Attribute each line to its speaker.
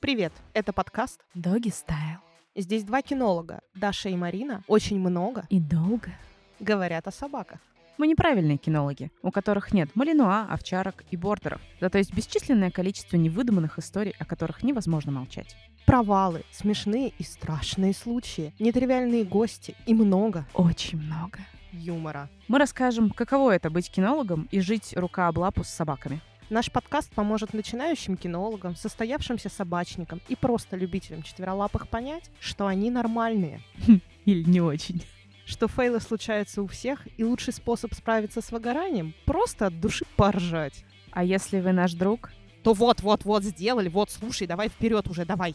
Speaker 1: Привет, это подкаст.
Speaker 2: Доги стайл.
Speaker 1: Здесь два кинолога, Даша и Марина, очень много
Speaker 2: И долго.
Speaker 1: говорят о собаках.
Speaker 3: Мы неправильные кинологи, у которых нет малинуа, овчарок и бордеров. Да то есть бесчисленное количество невыдуманных историй, о которых невозможно молчать.
Speaker 1: Провалы, смешные и страшные случаи, нетривиальные гости и много
Speaker 2: Очень много.
Speaker 1: юмора.
Speaker 3: Мы расскажем, каково это быть кинологом и жить рука об лапу с собаками.
Speaker 1: Наш подкаст поможет начинающим кинологам, состоявшимся собачникам и просто любителям четверолапых понять, что они нормальные,
Speaker 3: Или не очень.
Speaker 1: что фейлы случаются у всех, и лучший способ справиться с выгоранием — просто от души поржать.
Speaker 3: А если вы наш друг,
Speaker 1: То вот-вот-вот сделали, вот, слушай, давай вперед уже, давай.